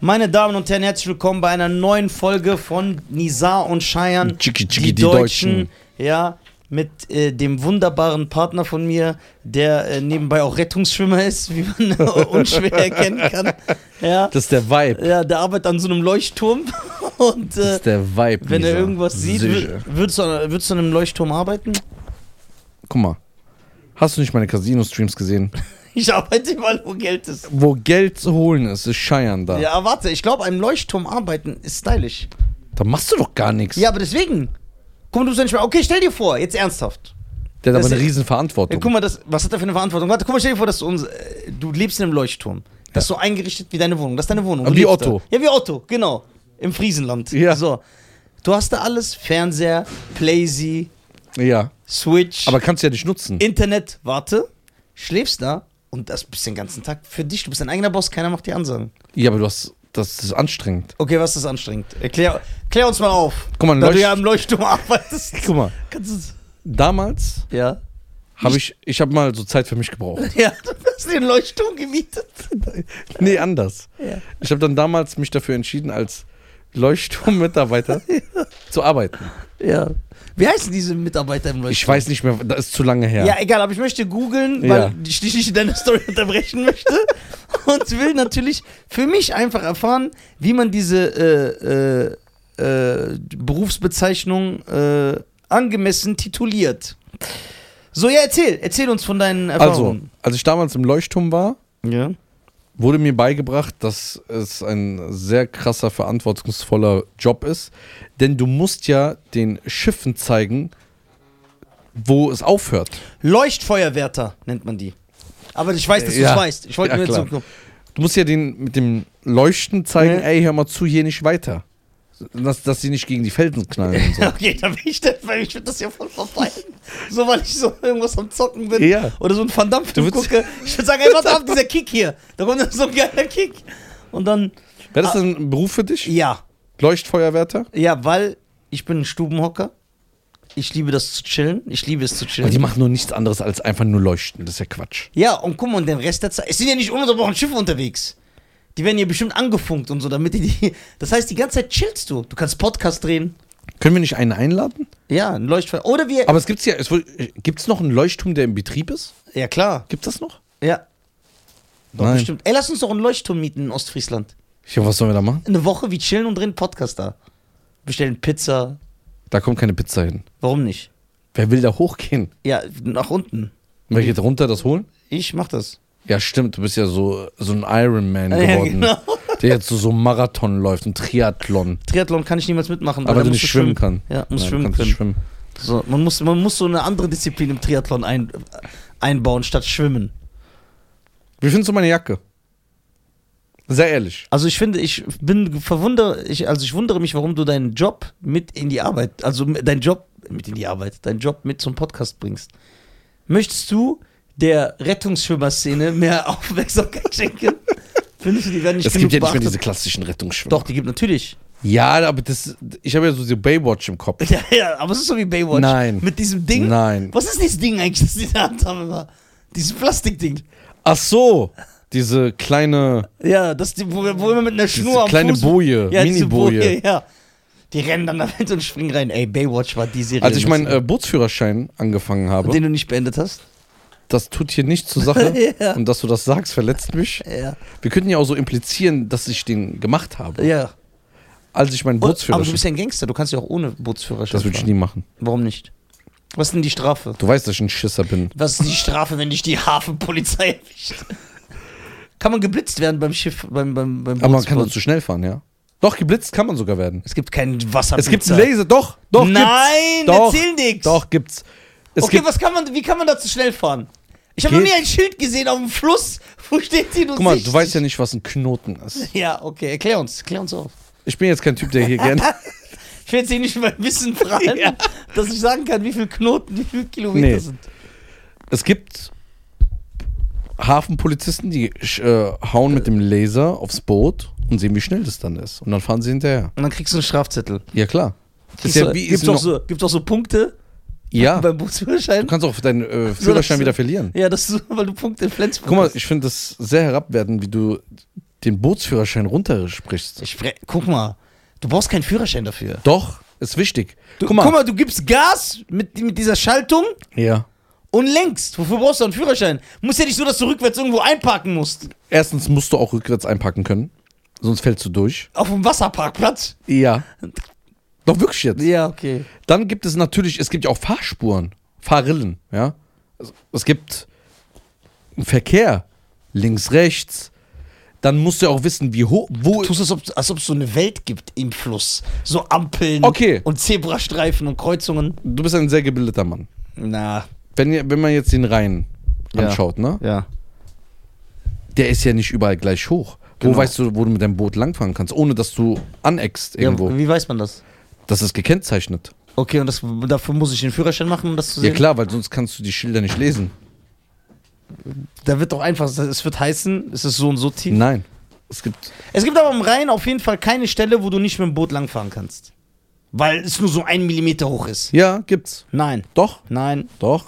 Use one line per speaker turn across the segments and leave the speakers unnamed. Meine Damen und Herren, herzlich willkommen bei einer neuen Folge von Nizar und Scheiern.
Chiki, chiki, die Deutschen.
Ja, mit äh, dem wunderbaren Partner von mir, der äh, nebenbei auch Rettungsschwimmer ist, wie man unschwer erkennen kann. Ja,
Das ist der Vibe.
ja, der arbeitet an so einem Leuchtturm und
Das
äh,
ist der Vibe.
wenn er
Nisa.
irgendwas sieht, wür-
Sicher.
würdest du, an- würdest du an einem Leuchtturm arbeiten?
Guck mal. Hast du nicht meine Casino-Streams gesehen?
Ich arbeite überall, wo Geld ist.
Wo Geld zu holen ist, ist Scheiern da.
Ja, warte, ich glaube, einem Leuchtturm arbeiten ist stylisch.
Da machst du doch gar nichts.
Ja, aber deswegen. Guck mal, du bist ja nicht mehr. Okay, stell dir vor, jetzt ernsthaft.
Der hat aber
Das
eine
ist-
riesen
Ja,
Verantwortung.
Äh, guck mal, das, was hat er für eine Verantwortung? Warte, guck mal, stell dir vor, dass du, uns, äh, du lebst in einem Leuchtturm. Das ist so eingerichtet wie deine Wohnung. Das ist deine Wohnung.
Aber
Du
wie
lebst
Otto.
Da. Ja, wie Otto, genau. Im Friesenland.
Ja.
So. Du hast da alles: Fernseher, Playsee,
ja.
Switch,
Aber kannst du ja nicht nutzen.
Internet. Warte, schläfst da und das bist den ganzen Tag für dich. Du bist dein eigener Boss, keiner macht dir Ansagen.
Ja, aber du hast. Das ist anstrengend.
Okay, was ist anstrengend? Erklär, klär uns mal auf.
Guck mal, ein
da du
Leucht-
ja im Leuchtturm arbeitest.
Guck mal.
Kannst
Damals
du, ja.
habe ich. Ich habe mal so Zeit für mich gebraucht.
Ja, du hast den Leuchtturm gemietet.
Nee, anders.
Ja.
Ich habe dann damals mich dafür entschieden, als Leuchtturm-Mitarbeiter zu arbeiten.
Ja. Wie heißen diese Mitarbeiter im Leuchtturm?
Ich weiß nicht mehr, das ist zu lange her.
Ja. egal, aber ich möchte googeln, weil
Ja.
ich dich nicht in deiner Story unterbrechen möchte und will natürlich für mich einfach erfahren, wie man diese äh, äh, äh, Berufsbezeichnung äh, angemessen tituliert. So, ja, erzähl, erzähl uns von deinen
also,
Erfahrungen.
als ich damals im Leuchtturm war,
Also, ja.
wurde mir beigebracht, dass es ein sehr krasser, verantwortungsvoller Job ist. Denn du musst ja den Schiffen zeigen, wo es aufhört.
Leuchtfeuerwärter nennt man die. Aber ich weiß, dass du es
Ja.
weißt. Ich wollte
Ja,
nur
klar.
jetzt so-
Du musst ja den mit dem Leuchten zeigen,
Ja.
ey, hör mal zu, hier nicht weiter. Dass, dass sie nicht gegen die Felsen knallen. Und so.
Okay, da bin ich dann, weil ich würde das ja voll verfallen. So, weil ich so irgendwas am Zocken bin
Ja.
oder so ein Van Damme Film
Du würdest-
gucke. Ich würde sagen, ey, warte ab, dieser Kick hier. Da kommt dann so ein geiler Kick. Und dann,
Wäre das denn ein Beruf für dich?
ja,
Leuchtfeuerwärter?
ja, weil ich bin ein Stubenhocker. Ich liebe das zu chillen. Ich liebe es zu
Weil die
chillen.
machen nur nichts anderes als einfach nur leuchten. Das ist ja Quatsch.
Ja, und guck mal, und den Rest der Zeit. Es sind ja nicht ununterbrochen Schiffe unterwegs. Die werden hier bestimmt angefunkt und so, damit die, die. Das heißt, die ganze Zeit chillst du. Du kannst Podcast drehen.
Können wir nicht einen einladen?
Ja, ein Leuchtfeuer. Oder wir.
Aber es gibt's ja, es gibt es noch einen Leuchtturm, der im Betrieb ist?
ja, klar.
Gibt's das noch?
Ja. Doch,
Nein.
bestimmt. Ey, lass uns doch einen Leuchtturm mieten in Ostfriesland.
Ja, was sollen wir da machen?
eine Woche wie chillen und drin Podcast da. Bestellen Pizza.
Da kommt keine Pizza hin.
Warum nicht?
Wer will da hochgehen?
Ja, nach unten.
Wer geht runter das holen?
Ich mach das.
Ja, stimmt, du bist ja so, so ein Ironman
Ja, ja,
geworden.
genau.
Der jetzt so, so einen Marathon läuft, ein Triathlon.
Triathlon kann ich niemals mitmachen. weil
Aber
da
du
musst
nicht schwimmen
schwimmen.
kannst.
Ja, muss
Nein, du
schwimmen
kannst
können.
nicht schwimmen.
So, man, muss, man muss so eine andere Disziplin im Triathlon ein, einbauen, statt schwimmen.
Wie findest du meine Jacke? Sehr ehrlich.
Also ich finde, ich bin verwundere, ich, also ich wundere mich, warum du deinen Job mit in die Arbeit, also mit- deinen Job mit in die Arbeit, deinen Job mit zum Podcast bringst. Möchtest du der Rettungsschwimmer-Szene mehr Aufmerksamkeit schenken? Findest du, die werden nicht
Es
genug
gibt ja nicht mehr
beachtet?
diese klassischen Rettungsschwimmer.
Doch, die gibt natürlich.
Ja, aber das, ich habe ja so diese Baywatch im Kopf.
Ja, ja, aber es ist so wie Baywatch.
Nein.
Mit diesem Ding?
Nein.
Was ist dieses Ding eigentlich, das die in der Hand haben immer? Dieses Plastikding.
Ach so, diese kleine,
Ja, das, die- wo, wo immer mit einer
diese
Schnur am
kleine
Fuß.
Boje,
Ja, diese
Mini-Boje.
Boje, ja. Die rennen dann damit und springen rein. Ey, Baywatch war die Serie.
Als ich meinen
mit-
äh, Bootsführerschein angefangen habe,
den du nicht beendet hast?
das tut hier nicht zur Sache.
Ja.
Und dass du das sagst, verletzt mich.
Ja.
Wir könnten ja auch so implizieren, dass ich den gemacht habe.
Ja.
Als ich
Und,
meinen
aber du
Bootsführerschein.
bist ja ein Gangster, du kannst ja auch ohne Bootsführerschein.
Das würde ich
fahren.
nie machen.
Warum nicht? Was ist denn die Strafe?
Du weißt, dass ich ein Schisser bin.
Was ist die Strafe, wenn dich die Hafenpolizei erwischt? Kann man geblitzt werden beim Schiff, beim, beim, beim
Aber man kann doch
Bootsfahren?
zu schnell fahren, ja. Doch, geblitzt kann man sogar werden.
Es gibt keinen Wasser.
Es gibt einen Laser, doch, doch,
Nein,
gibt's. Doch,
erzähl nix.
Doch, gibt's. Es
Okay,
gibt,
was kann man, wie kann man da zu schnell fahren? Ich habe noch
Geht.
nie ein Schild gesehen auf dem Fluss. Wo steht sie
guck mal, du weißt ja nicht, was ein Knoten ist.
Ja, okay, erklär uns, erklär uns auf.
Ich bin jetzt kein Typ, der hier gerne.
Ich will jetzt hier nicht mein Wissen fragen,
Ja.
dass ich sagen kann, wie viel Knoten, wie viel Kilometer
Nee.
sind.
Es gibt Hafenpolizisten, die äh, hauen mit dem Laser aufs Boot und sehen, wie schnell das dann ist. Und dann fahren sie hinterher.
Und dann kriegst du einen Strafzettel.
Ja, klar.
Gibt's doch- gibt's auch so, gibt's auch so Punkte
ja, du
beim Bootsführerschein?
kannst auch deinen äh, Führerschein wieder verlieren.
Ja, das ist so, weil du Punkte in Flensburg
Guck mal,
hast.
ich finde das sehr herabwertend, wie du den Bootsführerschein runtersprichst.
Ich spre- guck mal, du brauchst keinen Führerschein dafür.
Doch, ist wichtig.
Du, guck, mal. du gibst Gas mit, mit dieser Schaltung
Ja.
und lenkst. Wofür brauchst du einen Führerschein? Muss ja nicht so, dass du rückwärts irgendwo einparken musst.
Erstens musst du auch rückwärts einpacken können, sonst fällst du durch.
Auf dem Wasserparkplatz.
Ja. Doch wirklich jetzt.
Ja, okay.
Dann gibt es natürlich, es gibt ja auch Fahrspuren, Fahrrillen, ja. Es, es gibt einen Verkehr, links, rechts. Dann musst du ja auch wissen, wie hoch, wo.
Du tust es, ob- als ob es so eine Welt gibt im Fluss. So Ampeln
Okay.
und Zebrastreifen und Kreuzungen.
Du bist ein sehr gebildeter Mann.
Na,
Wenn, ihr- wenn man jetzt den Rhein
Ja.
anschaut, ne?
ja.
Der ist ja nicht überall gleich hoch.
Genau.
Wo weißt du, wo du mit deinem Boot langfahren kannst, ohne dass du aneckst irgendwo?
Ja, wie weiß man das?
Das ist gekennzeichnet.
Okay, und das, dafür muss ich den Führerschein machen, um das zu sehen?
Ja klar, weil sonst kannst du die Schilder nicht lesen.
Da wird doch einfach, es wird heißen, es ist so und so tief.
Nein. Es gibt.
Es gibt aber im Rhein auf jeden Fall keine Stelle, wo du nicht mit dem Boot langfahren kannst. Weil es nur so ein Millimeter hoch ist.
Ja, gibt's.
Nein,
Doch.
nein.
Doch.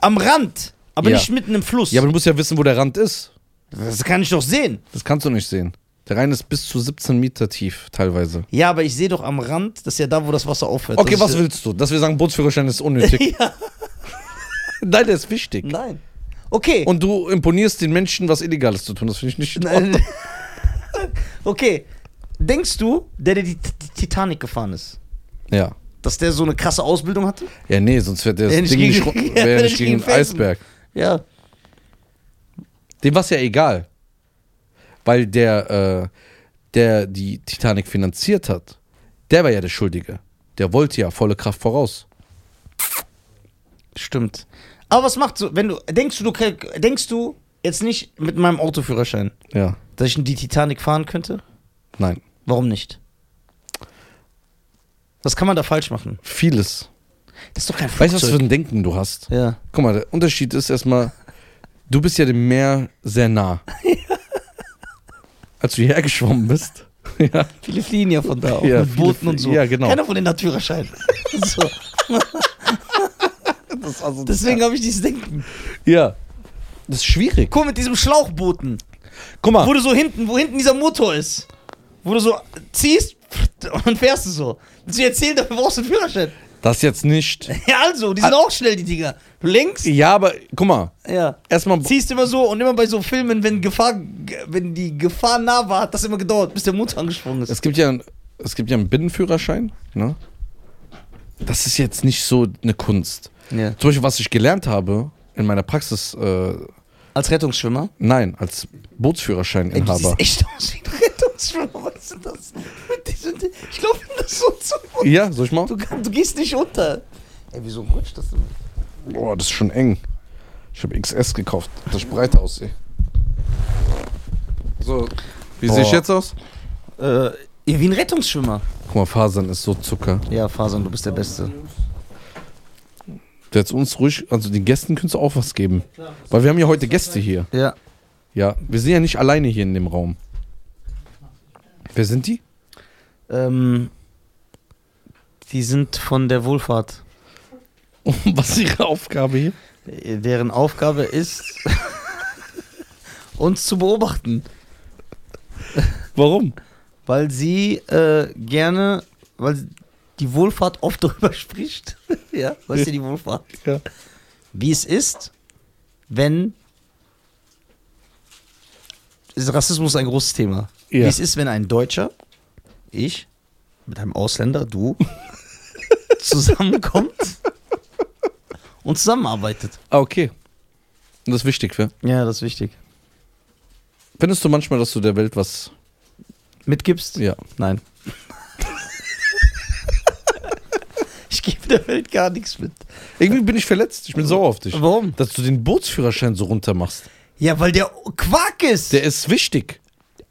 Am Rand, aber
Ja.
nicht mitten im Fluss.
Ja, aber du musst ja wissen, wo der Rand ist.
das kann ich doch sehen.
Das kannst du nicht sehen. Der Rhein ist bis zu 17 Meter tief teilweise.
Ja, aber ich sehe doch am Rand, das ist ja da, wo das Wasser aufhört.
Okay,
Das
was
ist,
willst du? Dass wir sagen, Bootsführerschein ist unnötig.
ja,
Nein, der ist wichtig.
nein. Okay.
Und du imponierst den Menschen, was Illegales zu tun. Das finde ich nicht. in Ordnung.
Nein. okay. Denkst du, der, der die, die Titanic gefahren ist,
Ja.
dass der so eine krasse Ausbildung hatte?
Ja, nee, sonst wäre das
Wär
Ding
nicht
nicht,
gegen-
rund-
Ja, wär
wär
nicht
nicht gegen
gegen
den
Felsen.
Eisberg.
Ja.
Dem war es ja egal. Weil der, äh, der die Titanic finanziert hat, der war ja der Schuldige. Der wollte ja volle Kraft voraus.
Stimmt. Aber was macht so, wenn du, denkst du, du krieg- denkst du jetzt nicht mit meinem Autoführerschein,
Ja.
dass ich in die Titanic fahren könnte?
Nein.
Warum nicht? Was kann man da falsch machen?
Vieles.
Das ist doch kein Flugzeug.
Weißt du, was für ein Denken du hast?
ja.
Guck mal, der Unterschied ist erstmal, du bist ja dem Meer sehr nah. Als du hierher geschwommen bist. ja.
Viele fliehen ja von da, auch
Ja,
mit
viele
Booten und so.
fliehen- ja, genau.
Keiner von denen hat Führerschein. so.
Das war so
Deswegen habe ich dieses Denken.
ja. Das ist schwierig.
Guck, mit diesem Schlauchbooten,
Guck mal.
wo du so hinten, wo hinten dieser Motor ist, wo du so ziehst und dann fährst du so. Willst du mir erzählen, dafür brauchst du einen Führerschein?
Das jetzt nicht.
Ja, also, die sind auch schnell, die Dinger. Du lenkst,
Ja, aber guck mal.
ja.
Erstmal
Ziehst immer so und immer bei so Filmen, wenn Gefahr, wenn die Gefahr nah war, hat das immer gedauert, bis der Motor angesprungen ist.
Es gibt ja, es gibt ja einen Binnenführerschein, ne? Das ist jetzt nicht so eine Kunst.
Ja.
Zum Beispiel, was ich gelernt habe in meiner Praxis, äh,
Als Rettungsschwimmer?
nein, als
Ey, du
Bootsführerscheininhaber.
siehst echt aus wie ein Rettungsschwimmer, weißt du das? Mit diesen- Ich glaube, das ist so zu.
Ja, soll ich mal?
Du, kann- du gehst nicht unter. Ey, wieso rutscht das denn?
Boah, das ist schon eng. Ich habe XS gekauft, dass ich breiter aussehe. So, wie sehe ich
Boah.
jetzt aus?
Äh, ja, wie ein Rettungsschwimmer.
Guck mal, Fasern ist so Zucker.
Ja, Fasan, du bist der Beste.
Du hättest uns ruhig, also den Gästen könntest du auch was geben. Weil wir haben ja heute Gäste hier.
Ja.
Ja, wir sind ja nicht alleine hier in dem Raum. Wer sind die?
Ähm, die sind von der Wohlfahrt.
Um Was ist ihre Aufgabe hier?
deren Aufgabe ist, uns zu beobachten,
Warum?
weil sie äh, gerne, weil die Wohlfahrt oft darüber spricht. ja, weißt du, die Wohlfahrt.
Ja.
Wie es ist, wenn. Ist Rassismus ein großes Thema.
Ja.
Wie es ist, wenn ein Deutscher, ich, mit einem Ausländer, du, zusammenkommt und zusammenarbeitet.
Ah, okay. Und Das ist wichtig, für.
Ja, das ist wichtig.
Findest du manchmal, dass du der Welt was.
Mitgibst?
Ja.
Nein. ich gebe der Welt gar nichts mit.
Irgendwie bin ich verletzt. Ich bin sauer auf dich.
Warum?
Dass du den Bootsführerschein so runter machst.
Ja, weil der Quark ist.
Der ist wichtig.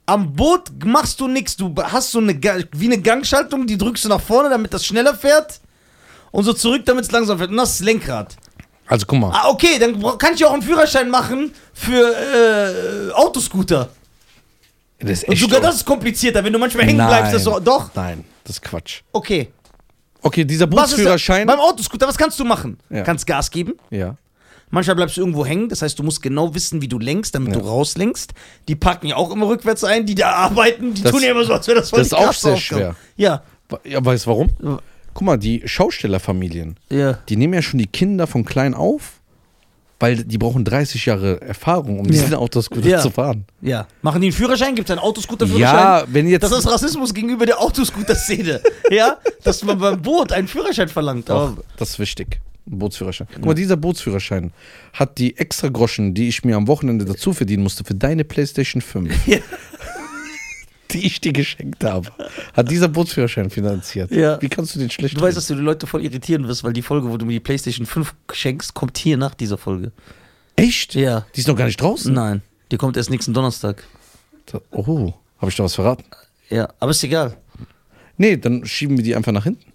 Am Boot machst du nichts. Du hast so eine Ga- wie eine Gangschaltung, die drückst du nach vorne, damit das schneller fährt. Und so zurück, damit es langsam fährt. Und das ist das Lenkrad.
Also guck mal.
Ah, okay, dann bra- kann ich auch einen Führerschein machen für äh, Autoscooter.
Der ist
Und sogar
oder?
das ist komplizierter, wenn du manchmal hängen
Nein.
bleibst. Das so, doch.
Nein, das ist Quatsch.
Okay.
Okay, dieser
Was ist da-
Bootsführerschein.
Beim Autoscooter, was kannst du machen?
Ja.
Kannst Gas geben,
Ja.
Manchmal bleibst du irgendwo hängen, das heißt, du musst genau wissen, wie du lenkst, damit du rauslenkst. Die parken ja auch immer rückwärts ein, die da arbeiten, die
Das-
tun ja immer so, als wäre das voll
das
die
ist auch
krasse
sehr
Aufgabe.
schwer.
Ja,
Ja, weißt du warum? Guck mal, die Schaustellerfamilien,
ja.
die nehmen ja schon die Kinder von klein auf, weil die brauchen 30 Jahre Erfahrung, um diesen Autos gut
Ja.
zu fahren.
Ja. Machen die einen Führerschein? Gibt es einen Autoscooter-Führerschein?
Ja, wenn jetzt.
Das ist Rassismus gegenüber der Autoscooter-Szene. ja? Dass man beim Boot einen Führerschein verlangt.
Doch,
Aber
Oh, das ist wichtig. Ein Bootsführerschein. Guck mal, dieser Bootsführerschein hat die extra Groschen, die ich mir am Wochenende dazu verdienen musste, für deine PlayStation 5,
Ja.
die ich dir geschenkt habe, hat dieser Bootsführerschein finanziert.
Ja.
Wie kannst du den schlecht
Du weißt,
reden?
dass du die Leute voll irritieren wirst, weil die Folge, wo du mir die PlayStation 5 schenkst, kommt hier nach dieser Folge.
Echt?
Ja.
Die ist noch gar nicht draußen?
Nein, die kommt erst nächsten Donnerstag.
Da- Oh, habe ich da was verraten?
Ja, aber ist egal.
Nee, dann schieben wir die einfach nach hinten.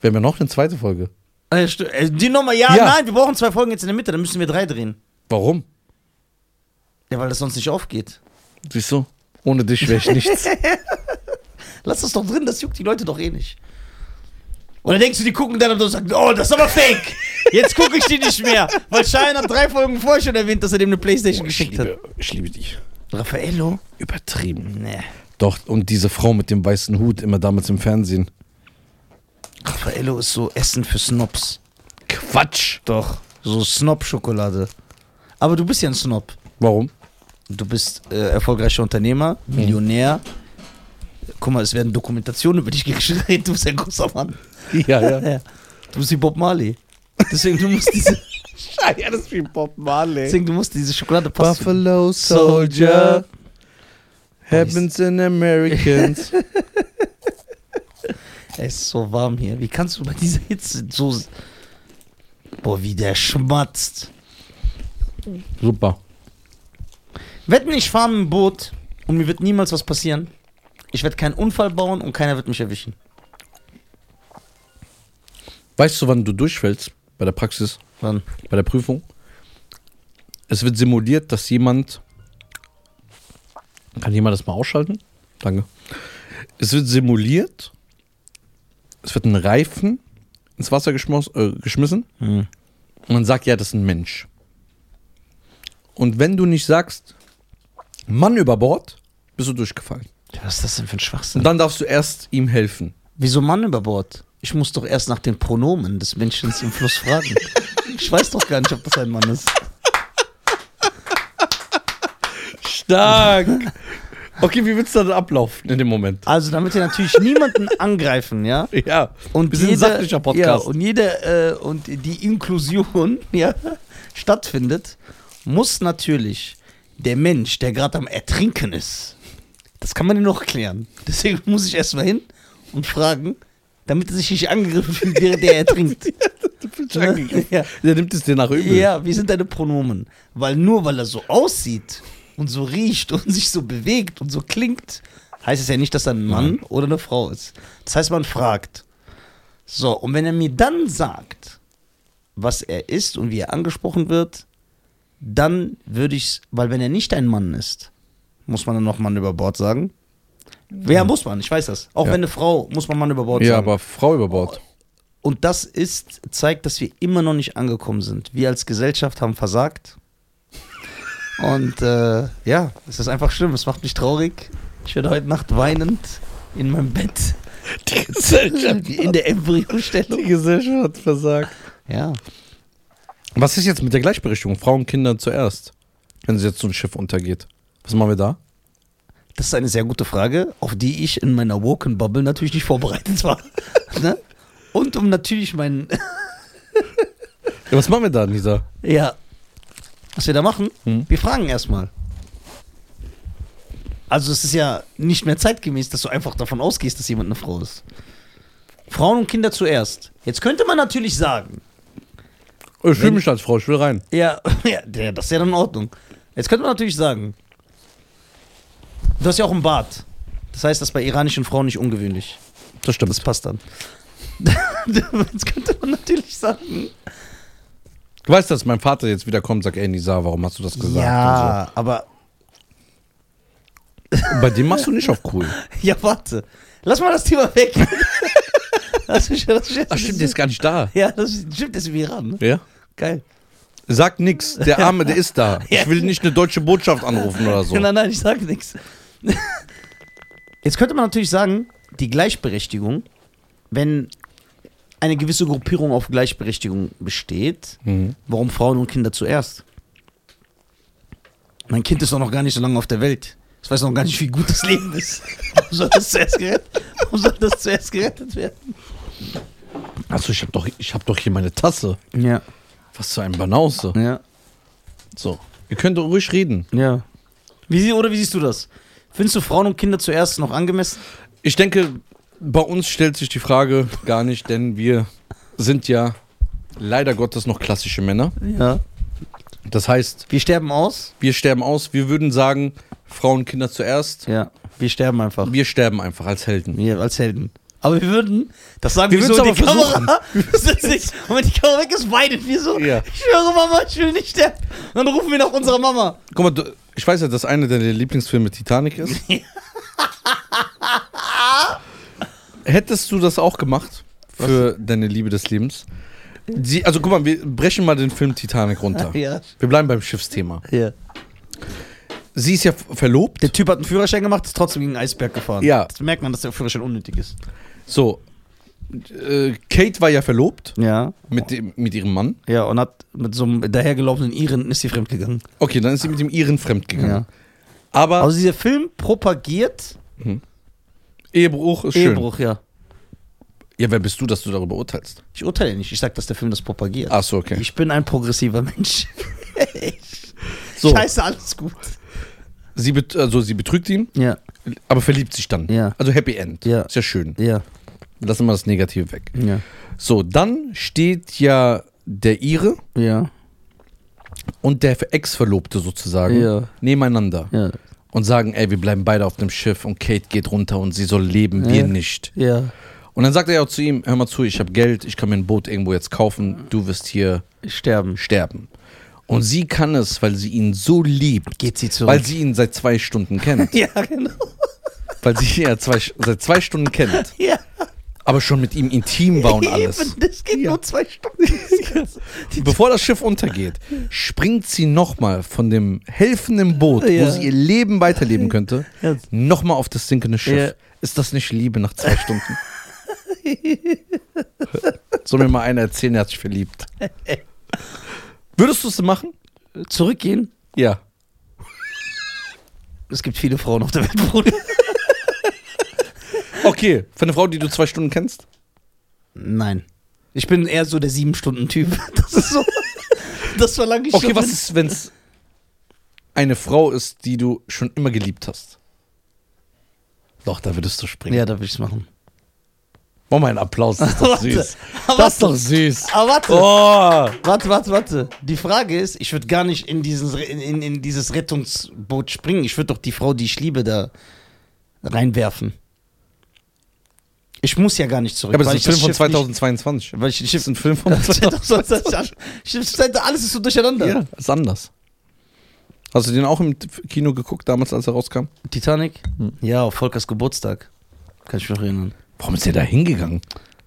Wir haben ja noch eine zweite Folge.
Äh, stu- äh, Die nochmal, ja,
Ja.
nein, wir brauchen zwei Folgen jetzt in der Mitte, dann müssen wir drei drehen.
Warum?
Ja, weil das sonst nicht aufgeht.
Siehst du? Ohne dich wäre ich nichts.
Lass das doch drin, das juckt die Leute doch eh nicht. Und dann denkst du, die gucken dann und sagen, oh, das ist aber fake. Jetzt gucke ich die nicht mehr. Weil Schein hat drei Folgen vorher schon erwähnt, dass er dem eine Playstation
Oh, ich,
geschickt hat.
liebe, ich liebe dich.
Raffaello?
Übertrieben.
Nee.
Doch, und diese Frau mit dem weißen Hut immer damals im Fernsehen.
Raffaello ist so Essen für Snobs.
Quatsch!
Doch. So Snob-Schokolade. Aber du bist ja ein Snob.
Warum?
Du bist äh, erfolgreicher Unternehmer,
Hm.
Millionär. Guck mal, es werden Dokumentationen über dich geschrieben. Du bist ein großer Mann.
Ja,
Ja. Du bist wie Bob Marley. Deswegen, du musst diese,
ja, das ist wie Bob Marley.
deswegen, du musst diese Schokolade passen.
Buffalo Soldier happens in Americans.
Es ist so warm hier. Wie kannst du bei dieser Hitze so. Boah, wie der schmatzt.
Super.
Wetten, ich fahre mit dem Boot und mir wird niemals was passieren. Ich werde keinen Unfall bauen und keiner wird mich erwischen.
Weißt du, wann du durchfällst bei der Praxis,
Wann?
bei der Prüfung? Es wird simuliert, dass jemand. Kann jemand das mal ausschalten? Danke. Es wird simuliert. Es wird ein Reifen ins Wasser geschmiss, äh, geschmissen.
Hm.
Und man sagt, ja, das ist ein Mensch. Und wenn du nicht sagst, Mann über Bord, bist du durchgefallen.
Was ist das denn für ein
Und
Schwachsinn?
dann darfst du erst ihm helfen.
Wieso Mann über Bord? Ich muss doch erst nach den Pronomen des Menschen im Fluss fragen. Ich weiß doch gar nicht, ob das ein Mann ist.
Stark! Okay, wie wird's dann ablaufen in dem Moment?
Also, damit wir natürlich niemanden angreifen, ja?
Ja,
Und
wir sind ein
jede-
sachlicher
Ja,
Podcast.
und jede äh, und die Inklusion ja, stattfindet, muss natürlich der Mensch, der gerade am Ertrinken ist, das kann man ja noch klären. Deswegen muss ich erstmal hin und fragen, damit er sich nicht angegriffen fühlt, während er ertrinkt. ja.
Der nimmt es dir nach übel.
ja, wie sind deine Pronomen? Weil nur weil er so aussieht und so riecht und sich so bewegt und so klingt, heißt es ja nicht, dass er ein Mann
Mhm.
oder eine Frau ist. Das heißt, man fragt. So, und wenn er mir dann sagt, was er ist und wie er angesprochen wird, dann würde ich, weil wenn er nicht ein Mann ist, muss man dann noch Mann über Bord sagen. Ja, muss man, ich weiß das. Auch
Mhm. Ja.
wenn eine Frau, muss man Mann über Bord
ja
sagen.
aber Frau über Bord.
Und das ist, zeigt, dass wir immer noch nicht angekommen sind. Wir als Gesellschaft haben versagt. Und äh, ja, es ist einfach schlimm. Es macht mich traurig. Ich werde heute Nacht weinend in meinem Bett
Die Gesellschaft,
in der Embryostellung.
Gesellschaft hat versagt.
Ja.
Was ist jetzt mit der Gleichberechtigung? Frauen, Kinder zuerst. Wenn es jetzt so ein Schiff untergeht. Was machen wir da?
Das ist eine sehr gute Frage, auf die ich in meiner Woken Bubble natürlich nicht vorbereitet war. ne? Und um natürlich meinen.
Ja, was machen wir da, Nisa?
Ja. Was wir da machen?
Hm?
Wir fragen erstmal. Also es ist ja nicht mehr zeitgemäß, dass du einfach davon ausgehst, dass jemand eine Frau ist. Frauen und Kinder zuerst. Jetzt könnte man natürlich sagen,
Oh, Ich fühle mich als Frau, ich will rein.
ja, ja, der- das ist ja dann in Ordnung. Jetzt könnte man natürlich sagen, du hast ja auch einen Bart. Das heißt, das ist bei iranischen Frauen nicht ungewöhnlich.
Das
Das
stimmt.
passt dann. Jetzt könnte man natürlich sagen.
Du weißt, dass mein Vater jetzt wieder kommt und sagt, ey Nisa, warum hast du das gesagt?
Ja, aber
Und so. Und bei dem machst du nicht auf cool.
ja, warte. Lass mal das Thema weg. Lass mich, lass mich jetzt-
Ach stimmt, der ist gar nicht da.
Ja, das stimmt, das ist im Iran. Ne?
Ja?
Geil.
Sag nix, der Arme, der ist da. Ich will nicht eine deutsche Botschaft anrufen oder so.
Nein, nein, ich sage nichts. Jetzt könnte man natürlich sagen, die Gleichberechtigung, wenn eine gewisse Gruppierung auf Gleichberechtigung besteht, warum Frauen und Kinder zuerst? Mein Kind ist doch noch gar nicht so lange auf der Welt. Es weiß noch gar nicht, wie gut das Leben ist. Warum soll das zuerst gerettet, warum soll das zuerst gerettet werden?
Achso, ich habe doch, ich hab doch hier meine Tasse.
Ja,
Was für ein Banause.
ja,
So, ihr könnt doch ruhig reden.
ja. Wie sie, oder wie siehst du das? Findest du Frauen und Kinder zuerst noch angemessen?
Ich denke, bei uns stellt sich die Frage gar nicht, denn wir sind ja leider Gottes noch klassische Männer.
Ja.
Das heißt,
Wir sterben aus?
wir sterben aus. Wir würden sagen, Frauen, Kinder zuerst.
Ja. Wir sterben einfach.
Wir sterben einfach als Helden.
Wir als Helden. Aber wir würden, das sagen
Wir
wir, so in
würden's
die
aber
Kamera. sitzen nicht. Und wenn die Kamera weg ist, weinen wir so.
Ja.
Ich schwöre, Mama, ich will nicht sterben. Und dann rufen wir nach unserer Mama.
Guck mal, du, ich weiß ja, dass einer deiner Lieblingsfilme Titanic ist. Hättest du das auch gemacht für deine Liebe des Lebens? Die, also guck mal, wir brechen mal den Film Titanic runter.
Ja.
Wir bleiben beim Schiffsthema.
ja.
Sie ist ja f- verlobt.
Der Typ hat einen Führerschein gemacht, ist trotzdem gegen einen Eisberg gefahren.
Ja.
Das merkt man, dass der Führerschein unnötig ist.
So, äh, Kate war ja verlobt
Ja.
mit, dem, mit ihrem Mann.
Ja, und hat mit so einem dahergelaufenen Iren ist sie fremdgegangen.
Okay, dann ist sie mit dem Iren fremdgegangen.
Ja.
Aber
Also dieser Film propagiert
Ehebruch ist schön.
Ehebruch, ja.
Ja, wer bist du, dass du darüber urteilst?
Ich urteile nicht. Ich sag, dass der Film das propagiert.
Ach so, Ah, okay.
Ich bin ein progressiver Mensch.
So,
Scheiße, alles gut.
sie, bet also, sie betrügt ihn.
Ja,
Aber verliebt sich dann.
Ja.
Also Happy End.
Ja.
Ist ja schön.
ja,
Lassen wir das Negative weg.
ja,
So, dann steht ja der Ire
ja,
und der Ex-Verlobte sozusagen
Ja.
nebeneinander
ja,
und sagen, ey, wir bleiben beide auf dem Schiff und Kate geht runter und sie soll leben, wir
Ja.
nicht.
ja.
Und dann sagt er ja auch zu ihm, hör mal zu, ich habe Geld, ich kann mir ein Boot irgendwo jetzt kaufen, du wirst hier
Sterben.
sterben. Und sie kann es, weil sie ihn so liebt,
Geht sie zurück.
weil sie ihn seit zwei Stunden kennt,
ja, genau.
weil sie ihn ja zwei, seit zwei Stunden kennt,
Ja.
aber schon mit ihm intim war und alles.
Eben, das geht nur zwei Stunden. Das Ganze. Die-
Bevor das Schiff untergeht, springt sie nochmal von dem helfenden Boot, wo
Ja.
sie ihr Leben weiterleben könnte,
Ja.
nochmal auf das sinkende Schiff.
Ja.
Ist das nicht Liebe nach zwei Stunden? Soll mir mal einer erzählen, er hat sich verliebt. Würdest du es machen?
Zurückgehen.
Ja.
Es gibt viele Frauen auf der Welt, Bruder.
Okay, für eine Frau, die du zwei Stunden kennst?
Nein. Ich bin eher so der Sieben-Stunden-Typ. Das ist so. Das verlange ich
Okay,
schon.
was ist, wenn es eine Frau ist, die du schon immer geliebt hast? Doch, da würdest du springen.
Ja, da will ich's machen.
Mach mal einen Applaus, das ist doch
Warte,
süß.
aber
Das ist
warte.
doch süß.
Aber warte.
Oh.
Warte, warte, warte. Die Frage ist, ich würde gar nicht in, diesen, in, in, in dieses Rettungsboot springen. Ich würde doch die Frau, die ich liebe, da reinwerfen. Ich muss ja gar nicht zurück.
Ja, aber das
weil
ist
ich
ein Film von
Schiff
2022.
Nicht, weil ich das
Das ist
Schiff
ein Film von 2022.
2022. Schiff- Alles ist so durcheinander.
Ja, ist anders. Hast du den auch im Kino geguckt, damals, als er rauskam?
Titanic?
Hm.
Ja, auf Volkers Geburtstag. Kann ich mich noch erinnern.
Warum ist der da hingegangen?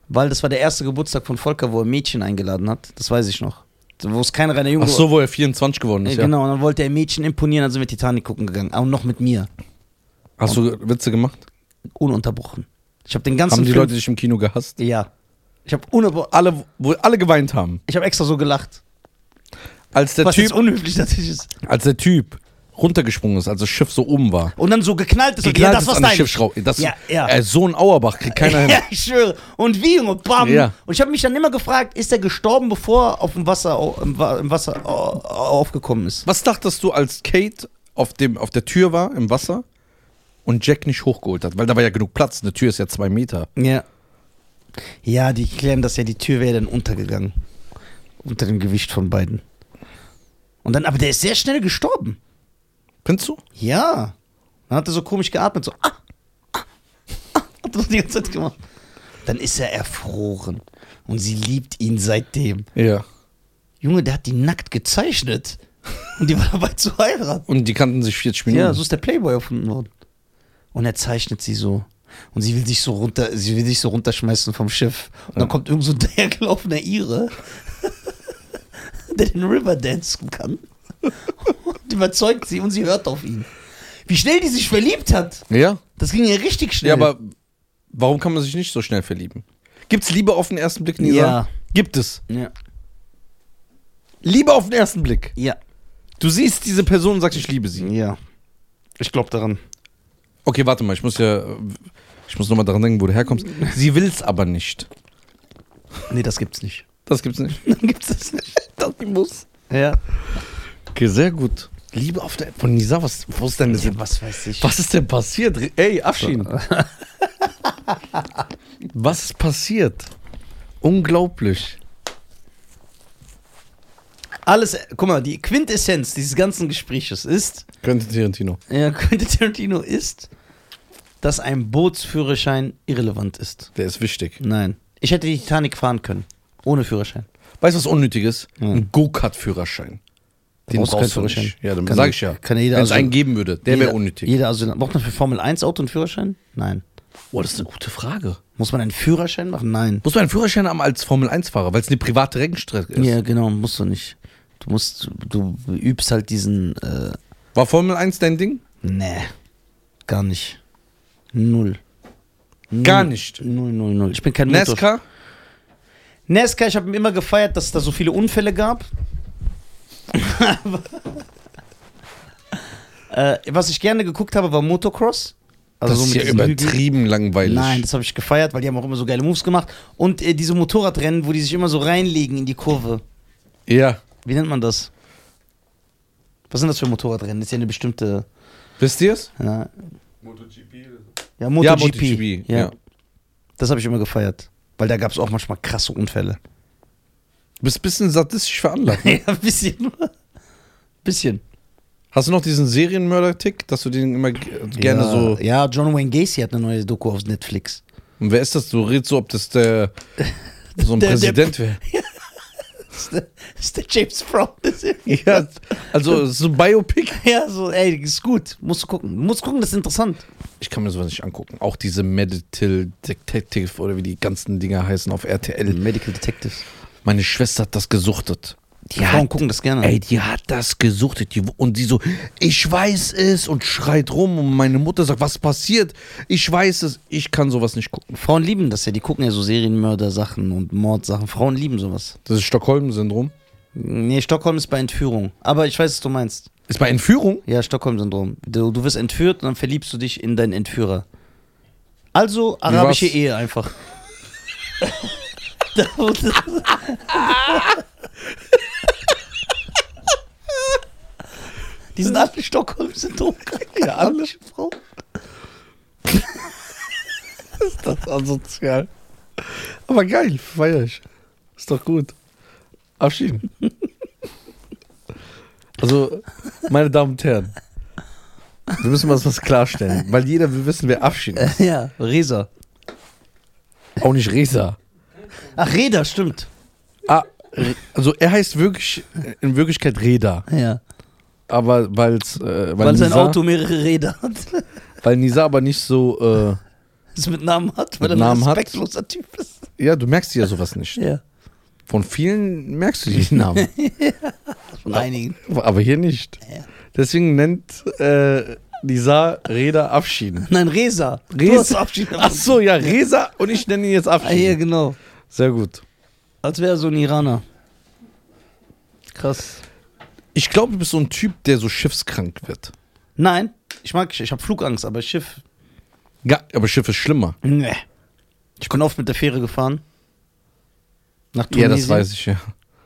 Weil das war der erste Geburtstag von Volker, wo er Mädchen eingeladen hat. Das weiß ich noch. Wo es kein reiner Junge
Ach so, wo er 24 geworden ist,
Äh,
ja.
Genau, und dann wollte er Mädchen imponieren, dann sind wir Titanic gucken gegangen. Auch noch mit mir.
Hast du Witze gemacht?
ununterbrochen. Ich habe den ganzen
Haben die
Film,
Leute dich im Kino gehasst?
ja. Ich habe ununterbrochen.
Alle, wo alle geweint haben.
Ich habe extra so gelacht.
Als der,
was jetzt
typ,
unhöflich natürlich ist.
als der Typ runtergesprungen ist, als das Schiff so oben war.
Und dann so geknallt ist. und, ja,
Geknallt
das
ist
war's
an der
dein.
Schiffsschraube. Das,
Ja, ja.
Äh, so ein Auerbach kriegt keiner hin.
ja, ich schwöre. Und wie und bam.
Ja.
Und ich habe mich dann immer gefragt, ist er gestorben, bevor er auf dem Wasser, au- im Wa- im Wasser au- au- aufgekommen ist?
Was dachtest du, als Kate auf, dem, auf der Tür war, im Wasser, und Jack nicht hochgeholt hat? Weil da war ja genug Platz. Eine Tür ist ja zwei Meter.
Ja. Ja, die klären das ja, die Tür wäre dann untergegangen. Unter dem Gewicht von beiden. Und dann, aber der ist sehr schnell gestorben.
Findest du?
Ja. Dann hat er so komisch geatmet, so. Ah, ah, ah, hat er die ganze Zeit gemacht. Dann ist er erfroren. Und sie liebt ihn seitdem.
Ja.
Junge, der hat die nackt gezeichnet. Und die war dabei zu heiraten.
Und die kannten sich 40 Minuten.
Ja, so ist der Playboy erfunden worden. Und er zeichnet sie so. Und sie will sich so runter, sie will sich so runterschmeißen vom Schiff. Und dann kommt irgend so ein dahergelaufener Ire. der den River dancen kann. Und überzeugt sie und sie hört auf ihn. Wie schnell die sich verliebt hat.
Ja.
Das ging ja richtig schnell.
Ja, aber warum kann man sich nicht so schnell verlieben? Gibt's Liebe auf den ersten Blick, Nisa?
Ja.
Gibt es.
Ja.
Liebe auf den ersten Blick.
Ja.
Du siehst diese Person und sagst, ich liebe sie.
ja. Ich glaube daran.
Okay, warte mal, ich muss ja. Ich muss nochmal daran denken, wo du herkommst. Sie will's aber nicht.
Nee, das gibt's nicht.
Das gibt's nicht.
Dann gibt's das nicht.
Das muss.
Ja.
Okay, sehr gut. Liebe auf der. Von Nisa, was, wo ist denn das?
was weiß ich.
Was ist denn passiert? Ey, Afshin. was ist passiert? Unglaublich.
Alles, guck mal, die Quintessenz dieses ganzen Gespräches ist,
Quentin Tarantino.
ja, Quentin Tarantino ist, dass ein Bootsführerschein irrelevant ist.
Der ist wichtig.
Nein. Ich hätte die Titanic fahren können. Ohne Führerschein.
Weißt du, was unnötig ist?
Ja.
Ein Go-Kart-Führerschein. Den
brauchst du
brauchst du
keinen
nicht.
Führerschein.
Ja, dann
Kann-
sag ich ja.
kann jeder
Wenn es
also-
einen geben würde, der wäre
Jeder-
unnötig.
Jeder Asylant. Braucht man für Formel 1 Auto einen Führerschein? Nein.
Boah, Oh, das ist eine gute Frage.
Muss man einen Führerschein machen? Nein.
Muss man einen Führerschein haben als Formel-1-Fahrer, weil es eine private Rennstrecke ist?
Ja, genau, musst du nicht. Du musst, du übst halt diesen, äh,
War Formel 1 dein Ding?
nee, gar nicht. Null. Null.
Gar nicht.
Null, null, null. Ich bin kein Motor.
NASCAR?
Nesca, ich habe immer gefeiert, dass es da so viele Unfälle gab. Aber, äh, was ich gerne geguckt habe, war Motocross. Also
das ist
so
ja
diesen Hügeln.
übertrieben langweilig.
Nein, das habe ich gefeiert, weil die haben auch immer so geile Moves gemacht. Und äh, diese Motorradrennen, wo die sich immer so reinlegen in die Kurve.
Ja.
Wie nennt man das? Was sind das für Motorradrennen? Das ist ja eine bestimmte.
Wisst ihr es?
Ja,
MotoGP.
ja MotoGP.
MotoGP,
Ja.
ja.
Das habe ich immer gefeiert. Weil da gab es auch manchmal krasse Unfälle.
Du bist ein bisschen sadistisch veranlagt. ne?
ja, ein bisschen. bisschen.
Hast du noch diesen Serienmörder-Tick, dass du den immer g- gerne
ja,
so.
Ja, John Wayne Gacy hat eine neue Doku auf Netflix.
Und wer ist das? Du redest so, ob das der. So ein
Der- der-
Präsident wäre.
Das ist der, das ist der James Brown. Das ist-
Ja, also es ist so ein Biopic.
ja, so, ey, ist gut. Musst du gucken. Musst gucken, das ist interessant.
Ich kann mir sowas nicht angucken. Auch diese Medical Detective oder wie die ganzen Dinger heißen auf RTL.
Medical Detectives.
Meine Schwester hat das gesuchtet.
Die Frauen gucken das gerne.
Ey, die hat das gesuchtet. Die, und die so, ich weiß es und schreit rum. Und meine Mutter sagt, was passiert? Ich weiß es. Ich kann sowas nicht gucken.
Frauen lieben das ja. Die gucken ja so Serienmörder-Sachen und Mordsachen. Frauen lieben sowas.
Das ist Stockholm-Syndrom.
Nee, Stockholm ist bei Entführung. Aber ich weiß, was du meinst.
Ist bei Entführung?
Ja, Stockholm-Syndrom. Du, du wirst entführt und dann verliebst du dich in deinen Entführer. Also arabische
war's?
Ehe einfach. Die sind alle Stockholm-Syndrom. Ja, alle. Frau.
Das ist asozial. Aber geil, feier ich. Ist doch gut. Abschieden. Also, meine Damen und Herren, wir müssen mal was klarstellen, weil jeder will wissen, wer Abschied ist.
Ja, Resa.
Auch nicht Resa.
Ach, Reda, stimmt.
Ah, Re- also er heißt wirklich, in Wirklichkeit Reda,
Ja.
aber weil's, äh, weil,
Weil sein
Nisa,
Auto mehrere Räder hat.
weil Nisa aber nicht so, äh,
Es mit Namen hat, weil
Mit
er ein
Namen hat.
respektloser Typ ist.
äh, ja, du merkst dir ja sowas nicht.
Ja.
Von vielen merkst du die Namen,
Von einigen.
aber hier nicht. Deswegen nennt äh, Nisa Reda Abschied.
Nein, Resa.
Resa.
Du hast Abschied.
Ach so, ja, Reza und ich nenne ihn jetzt
Ah, hier,
Abschied.
genau.
Sehr gut.
Als wäre er so ein Iraner. Krass.
Ich glaube, du bist so ein Typ, der so schiffskrank wird.
Nein, ich mag, ich habe Flugangst, aber Schiff.
Ja, aber Schiff ist schlimmer.
Nee. Ich bin oft mit der Fähre gefahren. Nach Tunesien.
ich ja.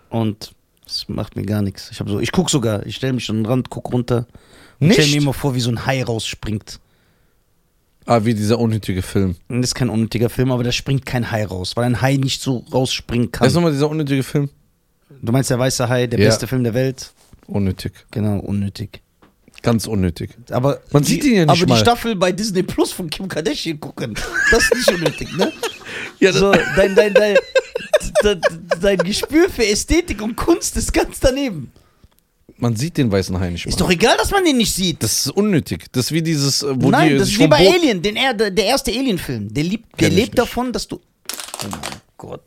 Und das macht mir gar nichts. Ich, hab so, ich guck sogar, ich stelle mich an den Rand, guck runter. Und stell mir
Nicht?
immer vor, wie so ein Hai rausspringt.
Ah, wie dieser unnötige Film.
Und Das ist kein unnötiger Film, aber da springt kein Hai raus, weil ein Hai nicht so rausspringen kann.
Weißt du nochmal dieser unnötige Film?
Du meinst der weiße Hai, der
Also Ja.
beste Film der Welt?
Unnötig.
Genau, unnötig.
Ganz unnötig.
Aber
Man
die,
sieht ihn ja nicht
Aber
mal.
die Staffel bei Disney Plus von Kim Kardashian gucken, das ist nicht unnötig, ne?
Ja,
so, dein, dein, dein, dein, dein Gespür für Ästhetik und Kunst ist ganz daneben.
Man sieht den weißen Hai nicht mal.
Ist doch egal, dass man den nicht sieht.
das ist unnötig. Das ist wie dieses, äh, wo die
Nein, das
sich
ist wie
vom
bei
Boot-
Alien, den, er- der erste Alien-Film. Der, liebt,
Kenn
der
ich
lebt
nicht.
davon, dass du. Oh mein Gott.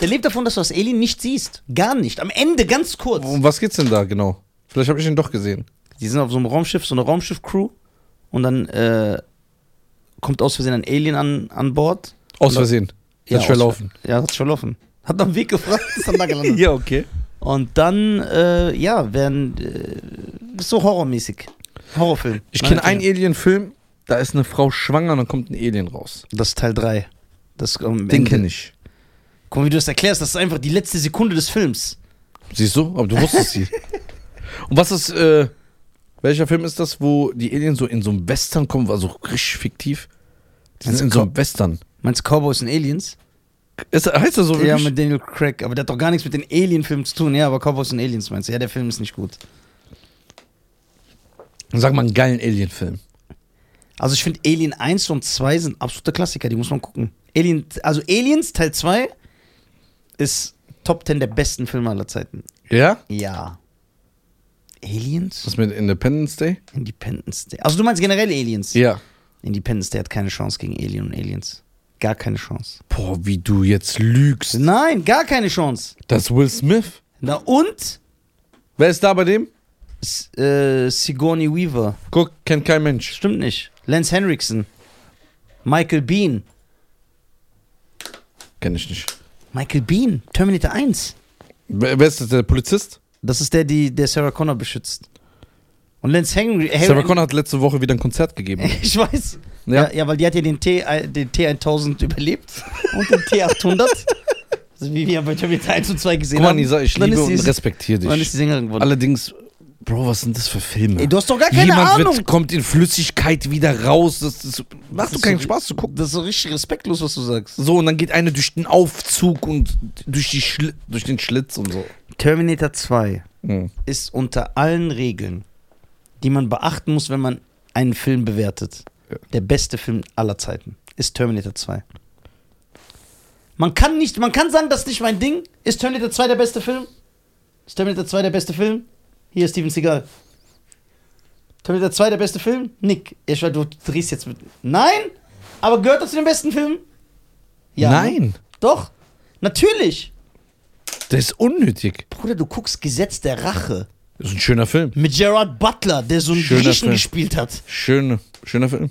Der lebt davon, dass du das Alien nicht siehst. Gar nicht. Am Ende, ganz kurz.
Um was geht's denn da genau? Vielleicht habe ich ihn doch gesehen.
Oh, Die sind auf so einem Raumschiff, so eine Raumschiff-Crew. Und dann äh, kommt aus Versehen ein Alien an, an Bord.
Aus Versehen.
Ja,
Hat schwer
aus-
laufen.
Ja, hat's verlaufen. Hat nach dem Weg gefragt, ist dann da gelandet.
Ja, okay.
Und dann, äh, ja, werden. Äh, ist so horrormäßig. Horrorfilm.
Ich kenne
Nein,
einen Alien-Film, da ist eine Frau schwanger und dann kommt ein Alien raus.
Das ist Teil 3. Das, ähm,
Den kenne ich.
Guck mal, wie du das erklärst, das ist einfach die letzte Sekunde des Films.
Siehst du? Aber du wusstest sie. Und was ist, äh, welcher Film ist das, wo die Aliens so in so einem Western kommen, war so richtig fiktiv? Die sind
Also
in so einem Western.
Meinst du Cowboys und Aliens?
Ist, heißt das so
Ja,
wirklich?
mit Daniel Craig, aber der hat doch gar nichts mit den Alien-Filmen zu tun. Ja, aber Cowboys und Aliens meinst du? Ja, der Film ist nicht gut.
Sag mal einen geilen Alien-Film.
Also ich finde Alien 1 und 2 sind absolute Klassiker, die muss man gucken. Alien, also Aliens Teil 2 ist Top 10 der besten Filme aller Zeiten.
Ja?
Ja. Aliens?
Was mit Independence Day?
Independence Day. Also du meinst generell Aliens?
Ja.
Independence Day hat keine Chance gegen Alien und Aliens. Gar keine Chance.
Boah, wie du jetzt lügst.
Nein, gar keine Chance.
Das ist Will Smith.
Na und?
Wer ist da bei dem?
S äh, Sigourney Weaver.
Guck, kennt kein Mensch.
Stimmt nicht. Lance Henriksen. Michael Bean.
Kenn ich nicht.
Michael Bean. Terminator 1.
Wer, wer ist das, der Polizist?
Das ist der, die, der Sarah Connor beschützt. Und Lance Henry. Hen-
Sarah Connor hat letzte Woche wieder ein Konzert gegeben.
Ich weiß. Ja.
Ja.
Ja, weil die hat ja den, T, äh, den T1000 überlebt und den T800. also wie wir bei Terminator 1 und 2 gesehen
Guck mal,
haben.
Nisa, ich
Und dann
liebe
ist
und
sie-
respektiere
und Dann ist
dich.
die Sängerin geworden.
Allerdings, Bro, was sind das für Filme?
Ey, du hast doch gar keine
Jemand
Ahnung.
Wird, kommt in Flüssigkeit wieder raus. Das, das macht doch
ist
keinen
so-
Spaß zu gucken.
Das ist so richtig respektlos, was du sagst.
So, und dann geht eine durch den Aufzug und durch, die Schli durch den Schlitz und so.
Terminator 2
Mhm.
ist unter allen Regeln, die man beachten muss, wenn man einen Film bewertet,
Ja.
der beste Film aller Zeiten ist Terminator 2. Man kann nicht, man kann sagen, das ist nicht mein Ding. Ist Terminator 2 der beste Film? Ist Terminator 2 der beste Film? Hier ist Steven Seagal. Terminator 2 der beste Film? Nick, ich weiß, du drehst jetzt mit. Nein, aber gehört das zu den besten Filmen? ne?
Nein,
Doch, natürlich.
das ist unnötig.
Bruder, du guckst Gesetz der Rache.
Das ist ein schöner Film.
Mit Gerard Butler, der so einen
Schöner
Griechen
Film.
gespielt hat.
Schöne, schöner Film.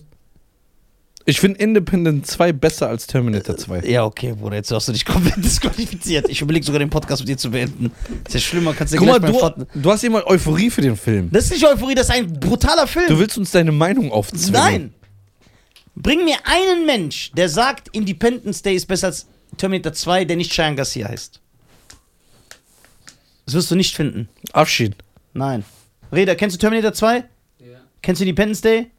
Ich finde Independent 2 besser als Terminator 2.
Ja, okay, Bruder, jetzt hast du dich komplett disqualifiziert. Ich überlege sogar, den Podcast mit dir zu beenden. Ist ja schlimmer, kannst du ja
Guck mal,
gleich beim
du,
Fort-
du hast immer Euphorie für den Film.
Das ist nicht Euphorie, das ist ein brutaler Film.
Du willst uns deine Meinung aufzwingen.
Nein! Bring mir einen Mensch, der sagt, Independence Day ist besser als Terminator 2, der nicht Cheyenne Garcia heißt. Das wirst du nicht finden.
Abschied.
Nein. Reda, kennst du Terminator 2?
Ja,
Kennst du Independence Day?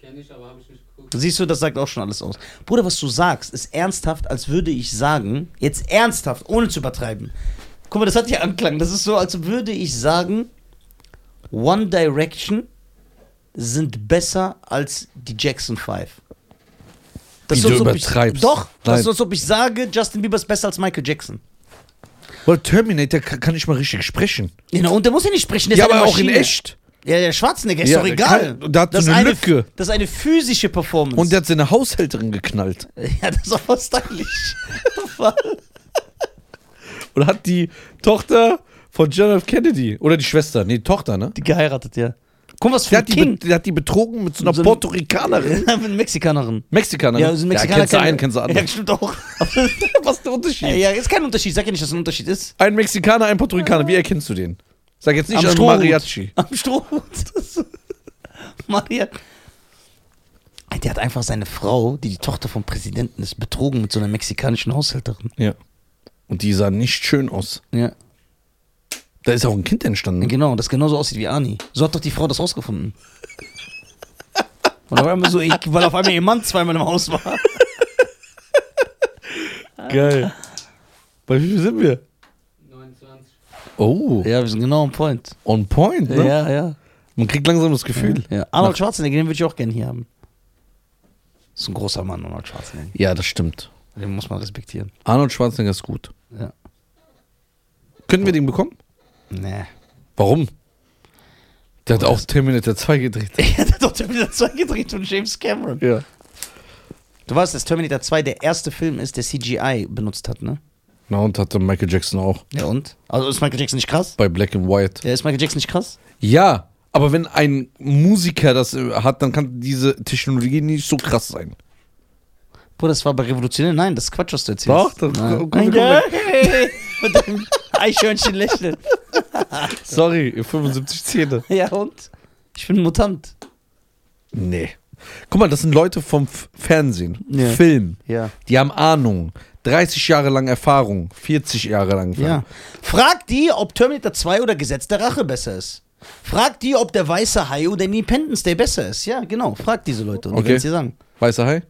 kenne ich, aber habe ich nicht geguckt.
Siehst du, das sagt auch schon alles aus. Bruder, was du sagst, ist ernsthaft, als würde ich sagen, jetzt ernsthaft, ohne zu übertreiben. Guck mal, das hat hier Anklang. Das ist so, als würde ich sagen, One Direction sind besser als die Jackson 5. Das
Wie
ist,
du
als ob ich-
übertreibst.
Doch, das
Nein.
ist, als ob ich sage, Justin Bieber ist besser als Michael Jackson.
Weil Terminator kann, kann ich mal richtig sprechen.
Ja, na, Genau, und der muss ja nicht sprechen. der ist
Ja,
eine
aber auch in
Maschine.
echt.
Ja, der Schwarzenegger ist
Ja,
doch
der
egal.
kann- der hat so
das ist
eine
eine,
Lücke.
Das ist eine physische Performance.
Und der hat seine Haushälterin geknallt.
ja, das ist aber stylisch.
Und hat die Tochter von John F. Kennedy. Oder die Schwester. Nee, die Tochter, ne?
Die geheiratet, ja. Guck mal, was für
Der
ein
hat, die, be-
King.
der hat die betrogen mit so einer
So einem-
Puerto-Ricanerin.
Mit Mexikanerin.
Mexikanerin.
Ja, so ein Mexikaner.
kennst du einen,
kennt-
kennst du
Ja,
anderen.
stimmt auch.
Was ist der Unterschied?
ja, ist kein Unterschied. Sag ja nicht, dass es ein Unterschied ist.
Ein Mexikaner, ein Puerto-Ricaner. Wie erkennst du den? Sag jetzt nicht
Am
an
Strohhut.
Mariachi.
Am Strohhut. Das ist- Maria. Ey, Der hat einfach seine Frau, die die Tochter vom Präsidenten ist, betrogen mit so einer mexikanischen Haushälterin.
Ja. Und die sah nicht schön aus.
Ja.
Da ist auch ein Kind entstanden. ne?
Genau, das genauso aussieht wie Ani. So hat doch die Frau das rausgefunden. Und auf einmal so, ich, weil auf einmal ihr Mann zweimal im Haus war.
Geil. Bei wie viel sind wir?
29.
Oh,
Ja, wir sind genau am Point.
on point, ne?
ja.
Man kriegt langsam das Gefühl.
Ja, Arnold Schwarzenegger, den würde ich auch gerne hier haben. Ist ein großer Mann, Arnold Schwarzenegger.
Ja, das stimmt.
Den muss man respektieren.
Arnold Schwarzenegger ist gut.
Ja.
Können wir den bekommen?
Nee.
Warum? Der hat auch Terminator 2 gedreht.
Er hat doch Terminator 2 gedreht von James Cameron.
Ja.
Du weißt, dass Terminator 2 der erste Film ist, der CGI benutzt hat, ne?
Na, und hatte Michael Jackson auch.
Ja und? Also ist Michael Jackson nicht krass?
Bei Black and White.
Ja, ist Michael Jackson nicht krass?
Ja, aber wenn ein Musiker das äh, hat, dann kann diese Technologie nicht so krass sein.
Bruder, das war bei Revolutionär. Nein, das ist Quatsch, was du erzählst.
Doch, das-
Nein.
guck, guck, guck.
Hey, Mit deinem Eichhörnchen lächeln.
Sorry, ihr 75 Zähne.
Ja und? Ich bin ein Mutant.
Nee. Guck mal, das sind Leute vom F Fernsehen,
Ja.
Film.
Ja.
Die haben Ahnung. 30 Jahre lang Erfahrung, 40 Jahre lang.
Ja.
Erfahrung.
Frag die, ob Terminator 2 oder Gesetz der Rache besser ist. Frag die, ob der weiße Hai oder Independence Day besser ist. Ja, genau. Frag diese Leute und
Okay.
die werden dir sagen.
Weißer Hai?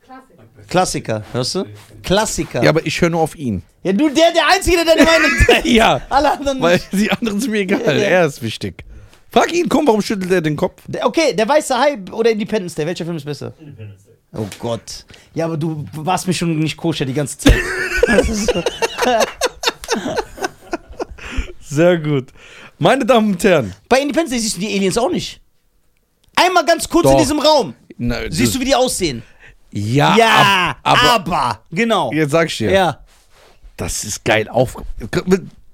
Klassik.
Klassiker, hörst du? Klassiker.
Ja, aber ich höre nur auf ihn.
Ja, du, der, der Einzige, der deine Meinung teilt.
Ja,
Alle anderen
weil
nicht.
die anderen sind mir egal.
Ja, ja.
Er ist wichtig. Frag ihn, komm, warum schüttelt er den Kopf?
Der- Okay, der weiße Hai oder Independence Day, welcher Film ist besser?
Independence Day.
Oh Gott. Ja, aber du warst mir schon nicht koscher die ganze Zeit. Das ist so-
Sehr gut. Meine Damen und Herren.
Bei Independence Day siehst du die Aliens auch nicht. Einmal ganz kurz in
Doch.
diesem Raum.
Na,
Siehst du, wie die aussehen?
Ja,
ja,
ab- aber,
aber, genau.
jetzt sag ich dir,
Ja,
das ist geil auf.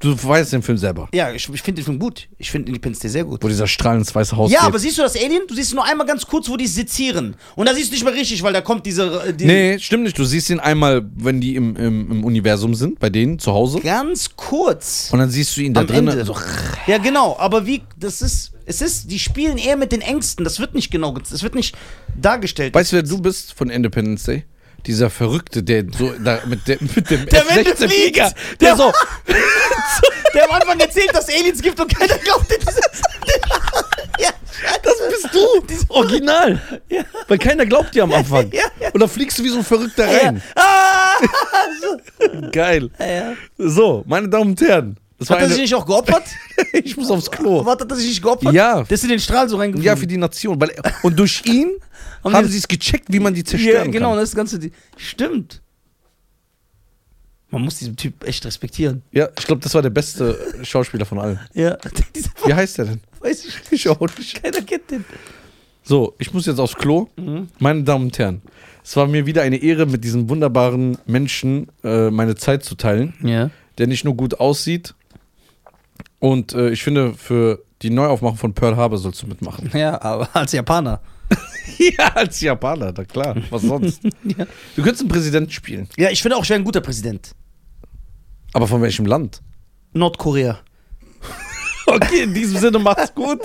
Du weißt den Film selber,
ja, ich, ich finde den Film gut. Ich finde Independence Day sehr gut.
wo dieser Strahl ins Weiße Haus
Ja,
geht.
aber siehst du das Alien? Du siehst nur einmal ganz kurz, wo die sezieren. Und da siehst du nicht mehr richtig, weil da kommt diese. äh, Die
nee, stimmt nicht. Du siehst ihn einmal, wenn die im, im, im Universum sind, bei denen zu Hause.
Ganz kurz.
Und dann siehst du ihn da
Am
drin.
Ende.
So,
Ja, genau, aber wie, das ist, es ist, die spielen eher mit den Ängsten, das wird nicht genau, ge- das wird nicht dargestellt.
weißt du, wer du bist von Independence Day? Dieser Verrückte, der so da, mit, der, mit dem
Der Wende
F-16
fliegt.
Flieger, der so.
der am Anfang erzählt, dass es Aliens gibt und keiner glaubt dir das. ja,
Das bist du! Original! Weil keiner glaubt dir am Anfang.
Ja, ja.
Und da fliegst du wie so ein Verrückter
ja.
rein.
Ah,
Geil.
ja.
So, meine Damen und Herren. Das war
Hat er sich
eine,
nicht auch geopfert?
ich muss aufs Klo.
Warte, hat er sich nicht geopfert?
Oh. Ja.
Der ist in den Strahl so reingefunden.
Ja, für die Nation. Weil, und durch ihn
Haben
haben
die-
sie es gecheckt, wie man die zerstören
genau,
kann.
das ganze, Di- stimmt. Man muss diesen Typ echt respektieren.
Ja, ich glaube, das war der beste Schauspieler von allen.
Ja, dieser
Wie heißt der denn?
weiß ich,
Ich auch nicht.
keiner kennt den.
So, ich muss jetzt aufs Klo.
Mhm.
Meine Damen und Herren, es war mir wieder eine Ehre, mit diesem wunderbaren Menschen äh, meine Zeit zu teilen,
Ja.
der nicht nur gut aussieht. Und äh, ich finde, für die Neuaufmachung von Pearl Harbor sollst du mitmachen.
Ja, aber als Japaner.
ja, als Japaner, na klar. Was sonst?
Ja.
Du könntest einen Präsidenten spielen.
Ja, ich finde auch, ich wäre ein guter Präsident.
Aber von welchem Land?
Nordkorea.
Okay, in diesem Sinne macht's gut.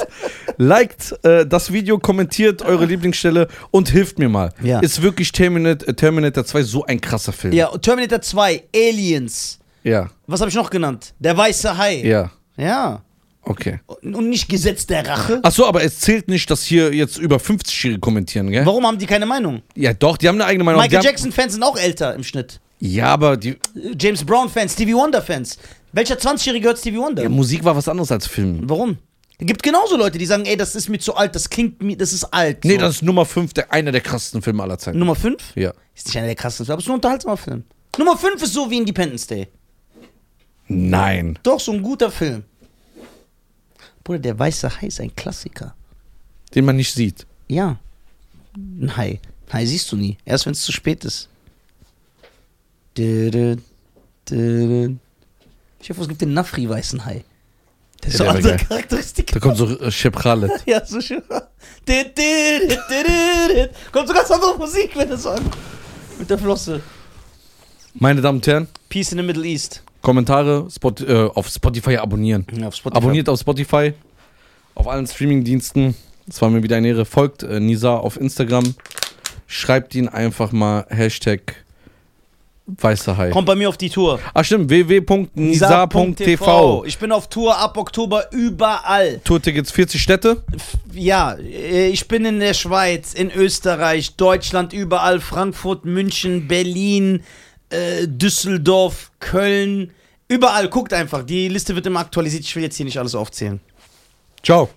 Liked äh, das Video, kommentiert eure Lieblingsstelle und hilft mir mal.
Ja.
Ist wirklich Terminator, äh, Terminator 2 so ein krasser Film?
Ja, und Terminator 2, Aliens.
Ja,
Was habe ich noch genannt? Der weiße Hai.
ja.
Ja.
Okay.
Und nicht Gesetz der Rache.
Achso, aber es zählt nicht, dass hier jetzt über 50-Jährige kommentieren, gell?
Warum haben die keine Meinung?
Ja, doch, die haben eine eigene Meinung.
Michael
die haben,
Jackson-Fans sind auch älter im Schnitt.
ja, aber die
Äh, James Brown-Fans, Stevie Wonder-Fans. Welcher 20-Jährige hört Stevie Wonder?
ja, Musik war was anderes als Film.
Warum? Es gibt genauso Leute, die sagen, ey, das ist mir zu alt, das klingt mir, das ist alt.
Nee,
so.
das ist Nummer 5, der, einer der krassesten Filme aller Zeiten.
Nummer 5?
Ja.
Ist nicht einer der krassesten, aber es ist nur ein unterhaltsamer Film. Nummer 5 ist so wie Independence Day.
Nein.
Doch, so ein guter Film. Bruder, der weiße Hai ist ein Klassiker.
Den man nicht sieht.
Ja. Ein Hai. Ein Hai siehst du nie. Erst wenn es zu spät ist. Dö, dö, Ich hoffe, es gibt den Nafri-weißen Hai. Der ist so
Ja, der
andere
wäre geil.
Charakteristik.
Da kommt so äh, Scheprale.
Ja, so schön. Dö, dö, dö, dö, dö. Kommt so ganz andere Musik, wenn das an. Mit der Flosse.
Meine Damen und Herren,
Peace in the Middle East.
Kommentare Spot, äh, auf Spotify abonnieren.
Ja, auf Spotify.
Abonniert auf Spotify, auf allen Streamingdiensten. Es war mir wieder eine Ehre. Folgt äh, Nisa auf Instagram. Schreibt ihn einfach mal Hashtag weißer Hai.
Kommt bei mir auf die Tour.
Ach stimmt, www.nisa.tv.
Ich bin auf Tour ab Oktober überall.
Tourtickets 40 Städte.
Ja, äh, ich bin in der Schweiz, in Österreich, Deutschland überall, Frankfurt, München, Berlin, äh, Düsseldorf, Köln, überall. Guckt einfach, die Liste wird immer aktualisiert. Ich will jetzt hier nicht alles aufzählen.
Ciao.